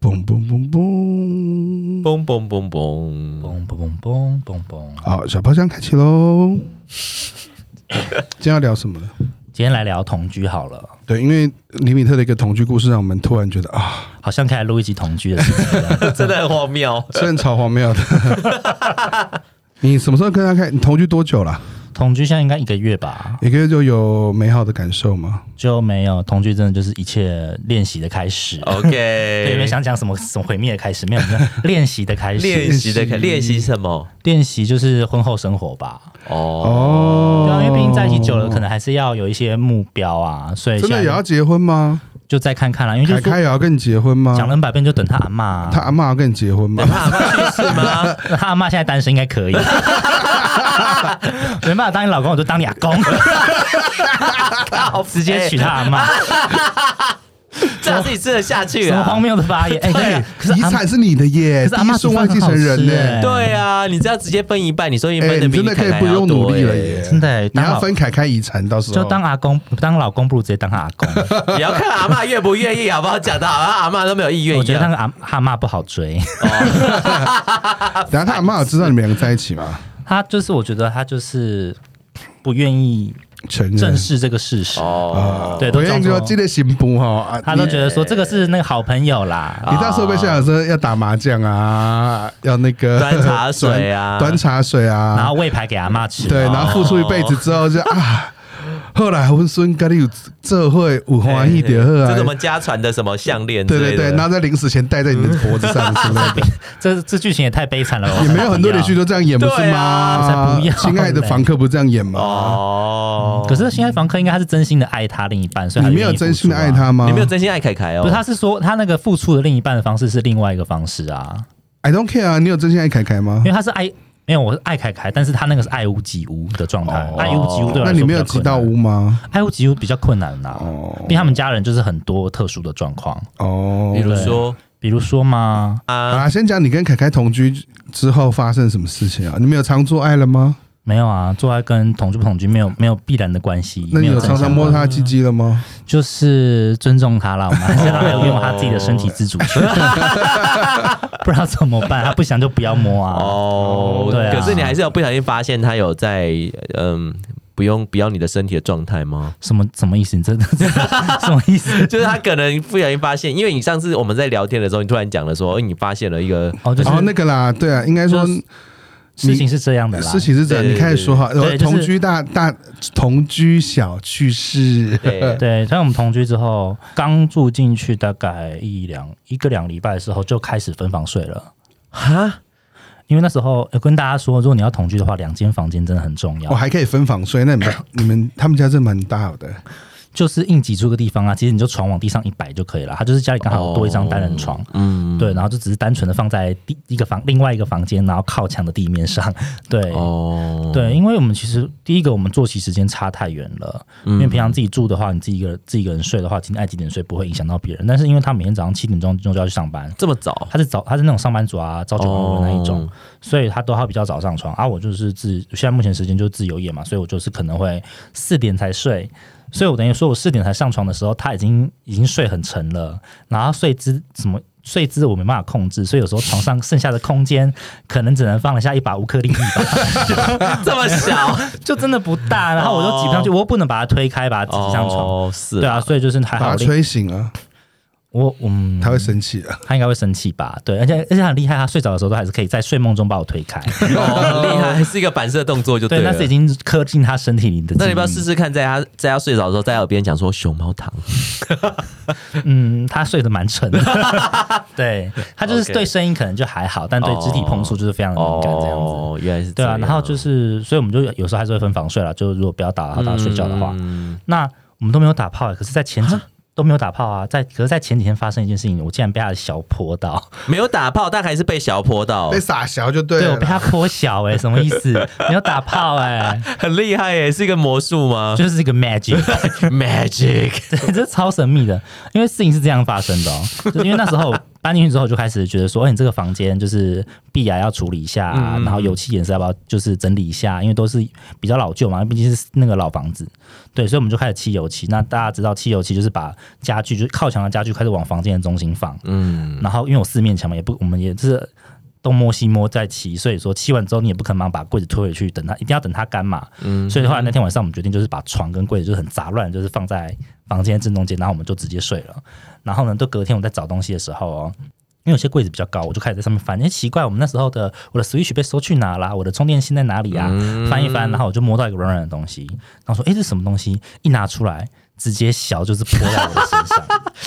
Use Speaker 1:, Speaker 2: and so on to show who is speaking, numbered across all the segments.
Speaker 1: 嘣嘣嘣嘣！
Speaker 2: 嘣嘣嘣嘣，
Speaker 3: 嘣嘣嘣嘣嘣嘣。
Speaker 1: 好，小包厢开启喽。 今天要聊什么呢？
Speaker 3: 今天来聊同居好了，
Speaker 1: 对，因为李米特的一个同居故事，让我们突然觉得啊，
Speaker 3: 好像可以来录一集同居的事情了。
Speaker 2: 真的很荒谬。
Speaker 1: 是很超荒谬的。 你什么时候跟他开？你同居多久了？
Speaker 3: 同居现在应该一个月吧，
Speaker 1: 一个月就有美好的感受吗？
Speaker 3: 就没有同居，真的就是一切练习的开始。对，有没有
Speaker 2: OK，
Speaker 3: 想讲什么什么毁灭的开始？没有，没有练习 的开
Speaker 2: 练
Speaker 3: 始。
Speaker 2: 习的看练习什么？
Speaker 3: 练习就是婚后生活吧。
Speaker 2: 哦，
Speaker 1: 哦
Speaker 3: 对啊，因为毕竟在一起久了，可能还是要有一些目标啊，所以
Speaker 1: 真的
Speaker 3: 现
Speaker 1: 也
Speaker 3: 在
Speaker 1: 要结婚吗？
Speaker 3: 就再看看啦。因为就
Speaker 1: 凯
Speaker 3: 是说
Speaker 1: 凯也要跟你结婚吗？
Speaker 3: 讲了 N 百遍，就等他阿妈啊。
Speaker 1: 他阿妈要跟你结婚吗？
Speaker 2: 怕怕去世吗？
Speaker 3: 那他阿妈现在单身应该可以，没办法当你老公，我就当你阿公，直接娶他阿妈，
Speaker 2: 哎这样自己吃得下去
Speaker 3: 什么荒
Speaker 2: 啊？
Speaker 3: 谬的 发言？哎，对，可
Speaker 1: 遗
Speaker 3: 是阿妈
Speaker 1: 产是你的耶，
Speaker 3: 可是
Speaker 1: 第
Speaker 3: 阿嬷
Speaker 1: 一
Speaker 3: 煮
Speaker 1: 顺
Speaker 3: 饭
Speaker 1: 位继
Speaker 3: 很好
Speaker 1: 承人
Speaker 3: 吃
Speaker 1: 呢。
Speaker 3: 哎
Speaker 2: 对啊，你这样直接分一半，你说一
Speaker 1: 哎、
Speaker 2: 分的
Speaker 1: 你
Speaker 2: 比
Speaker 1: 真的可以
Speaker 2: 凯
Speaker 1: 不
Speaker 2: 凯还要
Speaker 1: 用努
Speaker 2: 多
Speaker 1: 力了
Speaker 2: 耶。
Speaker 1: 耶，
Speaker 3: 啊真的欸
Speaker 1: 你
Speaker 3: 当
Speaker 1: 要
Speaker 3: 老
Speaker 1: 分凯凯遗产，到时候
Speaker 3: 就当阿公，当老公不如直接当他阿 公。
Speaker 2: 你要看阿妈愿不愿意，好不好？讲的好像阿妈都没有意愿啊
Speaker 3: 我
Speaker 2: 一
Speaker 3: 觉得那
Speaker 2: 样。
Speaker 3: 个阿阿妈不好追，
Speaker 1: 等下他阿妈有知道你们两个在一起吗？
Speaker 3: 他就是我觉得他就是不愿意
Speaker 1: 承
Speaker 3: 正
Speaker 1: 认。
Speaker 3: 视这个事实，
Speaker 2: 哦，
Speaker 3: 对，
Speaker 1: 我
Speaker 3: 都
Speaker 1: 跟
Speaker 3: 装
Speaker 1: 你说，
Speaker 3: 作
Speaker 1: 记得行不哈？啊
Speaker 3: 他
Speaker 1: 你
Speaker 3: 都觉得啊说这个是那个好朋友啦，
Speaker 1: 你到时候被校长说要打麻将啊，要那个
Speaker 2: 端茶水 啊
Speaker 1: 端端茶水啊，
Speaker 3: 然后喂牌给阿妈吃，哦
Speaker 1: 对，然后付出一辈子之后就啊， 后来温孙跟你有这会有
Speaker 3: 哎
Speaker 1: 欢喜点喝
Speaker 2: 这
Speaker 1: 啊
Speaker 2: 怎，么家传的什么项链之
Speaker 1: 对
Speaker 2: 类
Speaker 1: 对
Speaker 2: 的？
Speaker 1: 对，然后在临死前戴在你的脖子上之类 的。
Speaker 3: 这这剧情也太悲惨了吧，
Speaker 1: 也没有很多连续
Speaker 3: 不要。
Speaker 1: 都这样演，不是
Speaker 2: 对
Speaker 1: 吗
Speaker 3: 啊我才？不要
Speaker 1: 亲爱的
Speaker 3: 嘞
Speaker 1: 房客不是这样演吗？
Speaker 2: 哦，
Speaker 3: 可是现在房客应该他是真心的爱他另一半，所以他
Speaker 1: 你
Speaker 3: 就
Speaker 1: 没有
Speaker 3: 愿意付
Speaker 1: 真心的
Speaker 3: 出啊
Speaker 1: 爱。他吗？
Speaker 2: 你没有真心爱凯凯哦？
Speaker 3: 不是，他是说他那个付出的另一半的方式是另外一个方式啊，
Speaker 1: I don't care 啊，你有真心爱凯凯吗
Speaker 3: 因为？他是爱没有我是爱凯凯，但是他那个是爱屋及乌的状态，
Speaker 1: 哦
Speaker 3: 爱屋及乌对我来说
Speaker 1: 那你没有
Speaker 3: 比较
Speaker 1: 提
Speaker 3: 困
Speaker 1: 到
Speaker 3: 难，
Speaker 1: 屋吗？
Speaker 3: 爱屋及乌比较困难呐、因为他们家人就是很多特殊的状况，
Speaker 2: 比
Speaker 1: 哦，
Speaker 2: 如说
Speaker 3: 比如说嘛，
Speaker 2: 啊，
Speaker 1: 啊，先讲你跟凯凯同居之后发生什么事情啊？你们有常做爱了吗？
Speaker 3: 没有啊，做爱跟同居不同居没有没有必然的关系，
Speaker 1: 那你有
Speaker 3: 没有正
Speaker 1: 常
Speaker 3: 相
Speaker 1: 常
Speaker 3: 关
Speaker 1: 摸他鸡鸡了吗？
Speaker 3: 就是尊重他啦，我们还是让他拥有他自己的身体自主权， 不然怎么办？他不想就不要摸啊。
Speaker 2: 哦，
Speaker 3: 对啊
Speaker 2: 可是你还是有不小心发现他有在嗯。不用不要你的身体的状态吗？
Speaker 3: 什么什么意思？你真的什么意 思？
Speaker 2: 就是他可能不小心发现，因为你上次我们在聊天的时候，你突然讲了说，哎，你发现了一个
Speaker 3: 哦，就是、
Speaker 1: 哦，那个啦，对啊，应该说
Speaker 3: 就事情是这样的啦。
Speaker 1: 事情是这样，
Speaker 2: 对对
Speaker 1: 你开始说哈，
Speaker 3: 对
Speaker 1: 呃
Speaker 3: 就是
Speaker 1: 同居大大同居小趣 事，
Speaker 2: 对
Speaker 3: 对，所以我们同居之后，刚住进去大概一两一个两礼拜的时候，就开始分房睡了。
Speaker 2: 哈，
Speaker 3: 因为那时候有跟大家说，如果你要同居的话，两间房间真的很重要
Speaker 1: 我。还可以分房睡。那你 们你们他们家真的蛮大的，
Speaker 3: 就是应急住个地方啊，其实你就床往地上一摆就可以了。他就是家里刚好有多一张单人床，
Speaker 2: 嗯，
Speaker 3: 对，然后就只是单纯的放在第一个房另外一个房间，然后靠墙的地面上， 对。
Speaker 2: 哦，
Speaker 3: 对，因为我们其实第一个，我们作息时间差太远了。
Speaker 2: 嗯
Speaker 3: 因为平常自己住的话，你自己一个人自己一个人睡的话，今天爱几点睡不会影响到别人。但是因为他每天早上七点钟就要去上班，
Speaker 2: 这么早，
Speaker 3: 他是早他是那种上班族啊，朝九晚五的那一种，
Speaker 2: 哦
Speaker 3: 所以他都要比较早上床啊。我就是自现在目前时间就是自由业嘛，所以我就是可能会四点才睡，所以我等于说我四点才上床的时候，他已经已经睡很沉了，然后睡姿什么。睡姿我没办法控制，所以有时候床上剩下的空间可能只能放得下一把乌克 丽丽吧，
Speaker 2: 这么小，
Speaker 3: 就真的不 大。然后我就挤不上去，我又不能把它推开，把它挤上床。
Speaker 2: 哦，是，
Speaker 3: 对啊，，所以就是还
Speaker 1: 把
Speaker 3: 好嗯
Speaker 1: 他
Speaker 3: 另，
Speaker 1: 吹醒了，
Speaker 3: 我嗯，
Speaker 1: 他会生气的。
Speaker 3: 他应该会生气吧？对，而且而且很厉害，他睡着的时候都还是可以在睡梦中把我推开。
Speaker 2: 哦，很厉害，是一个反射动作就
Speaker 3: 对，
Speaker 2: 了。
Speaker 3: 那是已经刻进他身体里的。
Speaker 2: 那你要不要试？试看，在他在他睡着的时候，在耳边讲说熊猫糖，
Speaker 3: 嗯，他睡得蛮 沉的。对他就是
Speaker 2: OK
Speaker 3: 对声音可能就还好，但对肢体碰触就是非常的敏感这样子。
Speaker 2: 哦，原来是这
Speaker 3: 对啊，
Speaker 2: 样
Speaker 3: 然后就是，所以我们就有时候还是会分房睡了。就如果不要打扰到他睡觉的话，
Speaker 2: 嗯
Speaker 3: 那我们都没有打炮、欸可是，在前几都没有打炮啊，在可是，在前几天发生一件事情，我竟然被他的小泼到。
Speaker 2: 没有打炮，但还是被小泼 到
Speaker 1: 被，傻小就对
Speaker 3: 哦
Speaker 2: 啊
Speaker 3: 对我
Speaker 1: 了
Speaker 3: 被
Speaker 1: 啦。
Speaker 3: 他泼小哎、什么意思？没有打炮哎、
Speaker 2: 很厉害耶，是一个魔术吗
Speaker 3: 就是一个 magic。
Speaker 2: ？Magic，
Speaker 3: 对，这超神秘的，因为事情是这样发生的哦，就因为那时候搬进去之后就开始觉得说，哎、你这个房间就是壁啊要处理一下、啊，然后油漆颜色要不要就是整理一下，因为都是比较老旧嘛，毕竟是那个老房子，对，所以我们就开始漆油漆。那大家知道漆油漆就是把家具，就是靠墙的家具开始往房间的中心放，
Speaker 2: 嗯，
Speaker 3: 然后因为我四面墙嘛，也不我们也是东摸西摸在漆，所以说漆完之后你也不可能马上把柜子推回去，等它一定要等它干嘛。
Speaker 2: 嗯
Speaker 3: 所以后来那天晚上我们决定就是把床跟柜子就是很杂乱，就是放在房间正中间，然后我们就直接睡了。然后呢，到隔天我在找东西的时候哦。因为有些柜子比较高，我就开始在上面翻。哎、奇怪，我们那时候的我的 Switch 被收去哪啦？我的充电线在哪里啊？
Speaker 2: 嗯
Speaker 3: 翻一翻，然后我就摸到一个软软的东西，然后说：“哎、这是什么东西？”一拿出来，直接小就是泼在我的身上。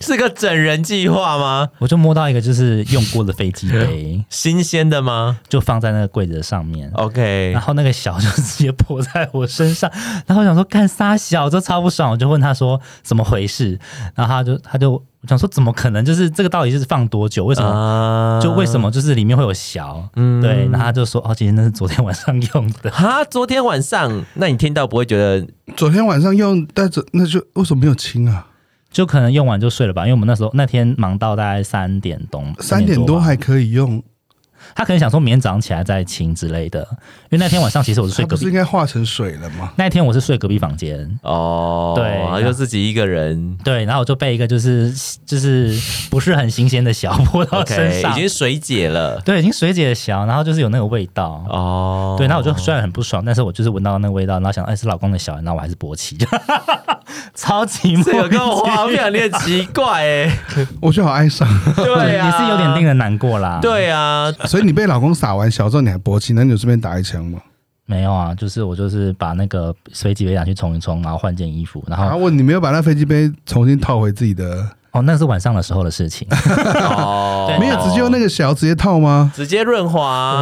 Speaker 2: 是个整人计划吗？，
Speaker 3: 我就摸到一个就是用过的飞机杯
Speaker 2: 新鲜的吗
Speaker 3: 就放在那个柜子的上面。
Speaker 2: ？OK，
Speaker 3: 然后那个小就直接泼在我身上， 然后我想说干啥小，就超不爽，我就问他说怎么回事，然后他就他就我想说怎么可能，就是这个到底是放多久，为什么、
Speaker 2: 啊
Speaker 3: 就为什么就是里面会有小，
Speaker 2: 嗯
Speaker 3: 对，然后他就说哦，其实那是昨天晚上用的，
Speaker 2: 哈，昨天晚上，那你听到不会觉得
Speaker 1: 昨天晚上用，但是那就为什么没有清啊？
Speaker 3: 就可能用完就睡了吧，因为我们那时候那天忙到大概三点钟，
Speaker 1: 三点多
Speaker 3: 吧
Speaker 1: 还可以用，
Speaker 3: 他可能想说明天早上起来再清之类的，因为那天晚上其实我是
Speaker 1: 它
Speaker 3: 睡
Speaker 1: 不
Speaker 3: 隔
Speaker 1: 是
Speaker 3: 壁
Speaker 1: 应该化成水了吗？
Speaker 3: 那一天我是睡隔壁房间，
Speaker 2: 哦，
Speaker 3: 对
Speaker 2: 然后就自己一个人
Speaker 3: 对，然后我就被一个就是就是不是很新鲜的小泼到身
Speaker 2: ，OK，
Speaker 3: 上
Speaker 2: 已经水解了
Speaker 3: 对，已经水解的小，然后就是有那个味道。
Speaker 2: 哦，
Speaker 3: 对，然后我就虽然很不爽，但是我就是闻到那个味道，然后想，哎，是老公的小，然后我还是勃起， 超级莫
Speaker 2: 这有个
Speaker 3: 名其
Speaker 2: 画面有点奇怪 哎，
Speaker 1: 我就好哀伤，
Speaker 2: 对
Speaker 3: 对，
Speaker 2: 啊，
Speaker 3: 也是有点令人难过啦。，
Speaker 2: 对啊，
Speaker 1: 所以你被老公撒完小之后，你还勃起，那你有顺便打一枪吗？
Speaker 3: 没有啊，就是我就是把那个水几杯拿去冲一冲，然后换件衣服，然后、
Speaker 1: 啊，我你没有把那飞机杯重新套回自己的，
Speaker 3: 哦，那是晚上的时候的事情，
Speaker 2: 哦，
Speaker 3: 对
Speaker 1: 没有直接用那个小直接套吗？
Speaker 2: 直接润滑，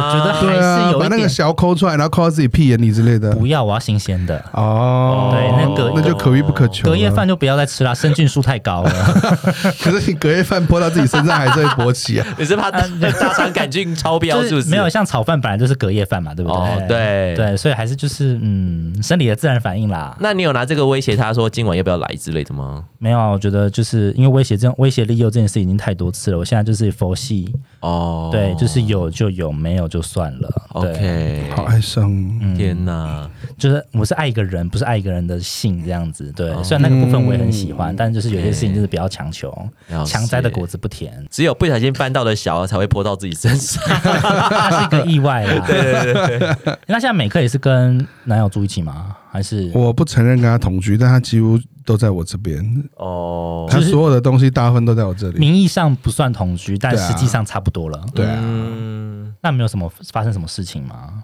Speaker 3: 我觉得还
Speaker 1: 对啊
Speaker 3: 是，有
Speaker 1: 把
Speaker 3: 一
Speaker 1: 那个
Speaker 3: 点
Speaker 1: 小抠出来，然后抠到自己屁眼里之类的。
Speaker 3: 不要，我要新鲜的。
Speaker 1: 哦，
Speaker 3: 对那个
Speaker 1: 那就可遇不可求了。啊
Speaker 3: 隔夜饭就不要再吃啦，生菌数太高了。
Speaker 1: 可是你隔夜饭泼到自己身上，还是会勃起
Speaker 3: 嗯
Speaker 1: 啊？
Speaker 2: 你是怕大大肠杆菌超标是
Speaker 3: 就
Speaker 2: 不
Speaker 3: 是
Speaker 2: 是？
Speaker 3: 没有像炒饭本来就是隔夜饭嘛，对不对？哎
Speaker 2: 哦，对。
Speaker 3: 对，所以还是就是嗯，生理的自然反应啦。
Speaker 2: 那你有拿这个威胁他说今晚要不要来之类的吗？
Speaker 3: 没有啊，我觉得就是因为威胁这种威胁利诱这件事已经太多次了，我现在就是佛系，
Speaker 2: 哦，
Speaker 3: 对，就是有就有，没有就算了。对，
Speaker 2: OK，
Speaker 1: 好哀伤哦，
Speaker 3: 嗯
Speaker 2: 天哪，
Speaker 3: 就是我是爱一个人，不是爱一个人的性这样子。对，虽然那个部分我也很喜欢，但就是有些事情就是不要强求
Speaker 2: 了，解
Speaker 3: 强摘的果子不甜，
Speaker 2: 只有不小心翻到的小才会泼到自己身上。
Speaker 3: 那是一个意外啦。对对对。那现在美克也是跟男友住一起吗？还是
Speaker 1: 我不承认跟他同居，但他几乎都在我这边，
Speaker 2: 哦，
Speaker 1: 他所有的东西大部分都在我这里。
Speaker 3: 名义上不算同居，但
Speaker 1: 对啊
Speaker 3: 实际上差不多了。
Speaker 1: 对啊，
Speaker 2: 嗯，
Speaker 3: 那没有什么发生什么事情吗？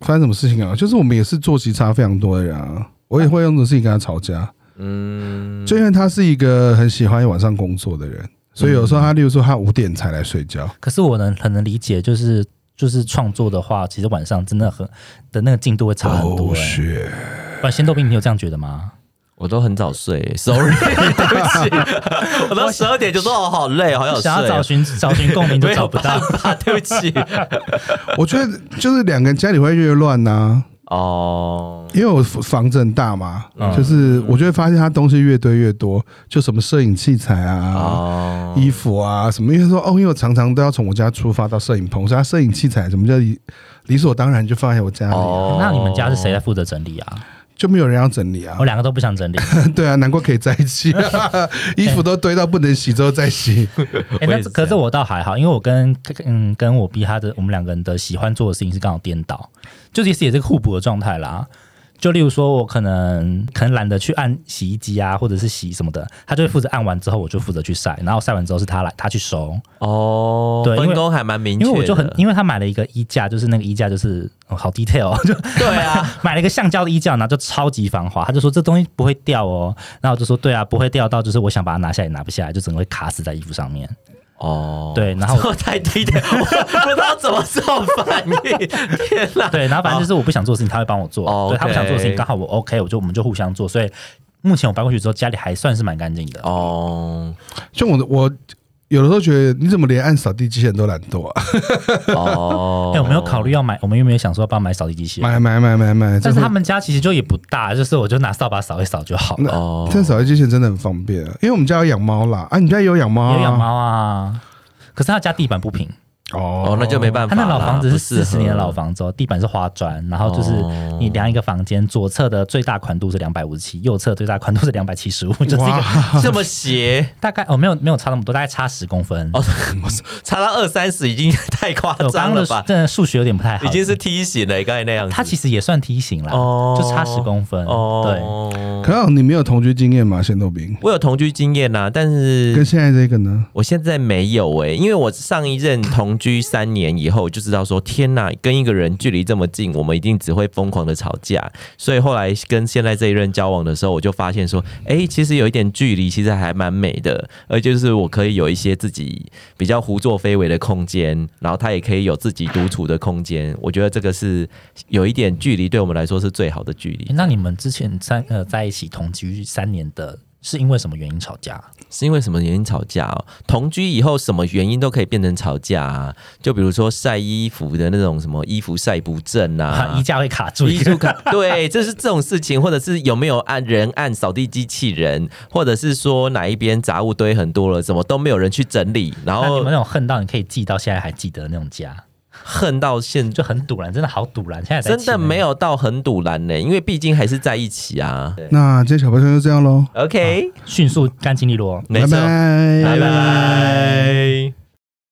Speaker 1: 发生什么事情啊？就是我们也是作息差非常多的人啊，我也会用这事情跟他吵架。嗯，就因为他是一个很喜欢晚上工作的人，所以有时候他，例如说他五点才来睡 觉，
Speaker 3: 可是我能很能理解，就是就是创作的话，其实晚上真的很的那个进度会差很多、欸。
Speaker 1: 血。
Speaker 3: 不然仙豆冰，你有这样觉得吗？
Speaker 2: 我都很早睡，sorry，对不起，我到十二点就说哦，好累，好想睡
Speaker 3: 想要 找
Speaker 2: 哦，
Speaker 3: 寻找寻共鸣 都
Speaker 2: 没
Speaker 3: 找
Speaker 2: 有
Speaker 3: 不到
Speaker 2: 办。法，对不 起。
Speaker 1: 我觉得就是两个人家里会越乱呐、
Speaker 2: 哦，
Speaker 1: 因为我房子很大嘛，
Speaker 2: 嗯
Speaker 1: 就是我就会发现他东西越堆越多，就什么摄影器材啊、
Speaker 2: 哦，
Speaker 1: 衣服啊什么。因为说哦，因为我常常都要从我家出发到摄影棚，所以他摄影器材什么叫理理所当然就放在我家里，
Speaker 2: 哦
Speaker 3: 那你们家是谁在负责整理啊？
Speaker 1: 就没有人要整理啊
Speaker 3: 我。两个都不想整理。
Speaker 1: 对啊，难怪可以在一起、衣服都堆到不能洗之后再洗。
Speaker 3: 哎、
Speaker 2: 我
Speaker 3: 那
Speaker 2: 也是
Speaker 3: 可是
Speaker 2: 这样
Speaker 3: 我倒还好，因为我跟嗯跟我逼他的，我们两个人的喜欢做的事情是刚好颠倒，就其实也是互补的状态啦。就例如说，我可能可能懒得去按洗衣机啊，或者是洗什么的，他就会负责按完之后，我就负责去晒，然后晒完之后是他来他去收，
Speaker 2: 哦，
Speaker 3: 对因为
Speaker 2: 分工还蛮明确
Speaker 3: 因
Speaker 2: 的，
Speaker 3: 为我就很因为他买了一个衣架，就是那个衣架就是、哦、好 detail，、哦、就
Speaker 2: 对啊，
Speaker 3: 买了一个橡胶的衣架，然后就超级防滑，他就说这东西不会掉哦，然后我就说对啊，不会掉到就是我想把它拿下也拿不下来，就整个会卡死在衣服上面。
Speaker 2: 哦，
Speaker 3: 对然后我
Speaker 2: 我太低调，我不知道怎么做反 应，天哪！
Speaker 3: 对，然后反正就是我不想做的事情，他会帮我做；
Speaker 2: 哦
Speaker 3: 对他不想做的事情，
Speaker 2: OK
Speaker 3: 刚好我 OK，我就我们就互相做。所以目前我搬过去之后，家里还算是蛮干净的。
Speaker 2: 哦
Speaker 1: 就我我有的时候觉得，你怎么连按扫地机器人都懒惰啊？
Speaker 2: 哦
Speaker 3: 哎、，我没有考虑要买，我们又没有想说要帮买扫地机器人，
Speaker 1: 买买买买买！
Speaker 3: 但
Speaker 1: 这
Speaker 3: 是
Speaker 1: 会
Speaker 3: 他们家其实就也不大，就是我就拿扫把扫一扫就好了。
Speaker 2: 哦
Speaker 3: 哦
Speaker 1: 这扫地机器人真的很方便，因为我们家有养猫啦。啊，你家也有养猫、啊？
Speaker 3: 有养猫啊，可是他家地板不平，
Speaker 1: 哦
Speaker 2: 哦，那就没办
Speaker 3: 他
Speaker 2: 法
Speaker 3: 啊那
Speaker 2: 啦。
Speaker 3: 老房子是
Speaker 2: 不适合
Speaker 3: 四十年的老房子、哦，地板是花砖，然后就是
Speaker 2: 哦
Speaker 3: 你量一个房间，左侧的最大宽度是两百五十七，右侧最大宽度是两百七十五，就是一个
Speaker 2: 这么斜
Speaker 3: 大概哦，没有没有差那么多，大概差十公分。
Speaker 2: 哦， 差到二三十已经太夸
Speaker 3: 对我刚
Speaker 2: 张
Speaker 3: 刚
Speaker 2: 了
Speaker 3: 的
Speaker 2: 吧？
Speaker 3: 真的数学有点不太好，
Speaker 2: 已经是梯形了，刚才那样子。
Speaker 3: 它其实也算梯形啦，
Speaker 2: 嗯哦
Speaker 3: 就差十公分。对，
Speaker 2: 哦，
Speaker 1: 可是你没有同居经验嘛？仙豆饼
Speaker 2: 我有同居经验呐、但
Speaker 1: 跟
Speaker 2: 是
Speaker 1: 现在这个呢？
Speaker 2: 我现在没有诶、因为我上一任同居三年以后，我就知道说天呐，跟一个人距离这么近，我们一定只会疯狂的吵架。所以后来跟现在这一任交往的时候，我就发现说，诶，其实有一点距离，其实还蛮美的，而就是我可以有一些自己比较胡作非为的空间，然后他也可以有自己独处的空间。我觉得这个是有一点距离，对我们来说是最好的距离
Speaker 3: 诶。那你们之前三呃在一起同居三年的，是因为什么原因吵架？
Speaker 2: 是因为什么原因吵架哦？同居以后什么原因都可以变成吵架啊？就比如说晒衣服的那种什么衣服晒不正啊
Speaker 3: 衣。架会卡住
Speaker 2: 衣
Speaker 3: 一个
Speaker 2: 服卡对，就是这种事情，或者是有没有按人按扫地机器人，或者是说哪一边杂物堆很多了，怎么都没有人去整理，然
Speaker 3: 那你
Speaker 2: 后
Speaker 3: 们那种恨到你可以记到现在还记得的那种家，
Speaker 2: 恨到现
Speaker 3: 就很堵然，真的好堵然。现在在
Speaker 2: 真的没有到很堵然呢、因为毕竟还是在一起啊。
Speaker 1: 那今天小白熊就这样喽，
Speaker 2: OK，
Speaker 3: 迅速干净利落。
Speaker 2: 没
Speaker 1: 拜
Speaker 2: 错，
Speaker 1: 拜
Speaker 2: 拜拜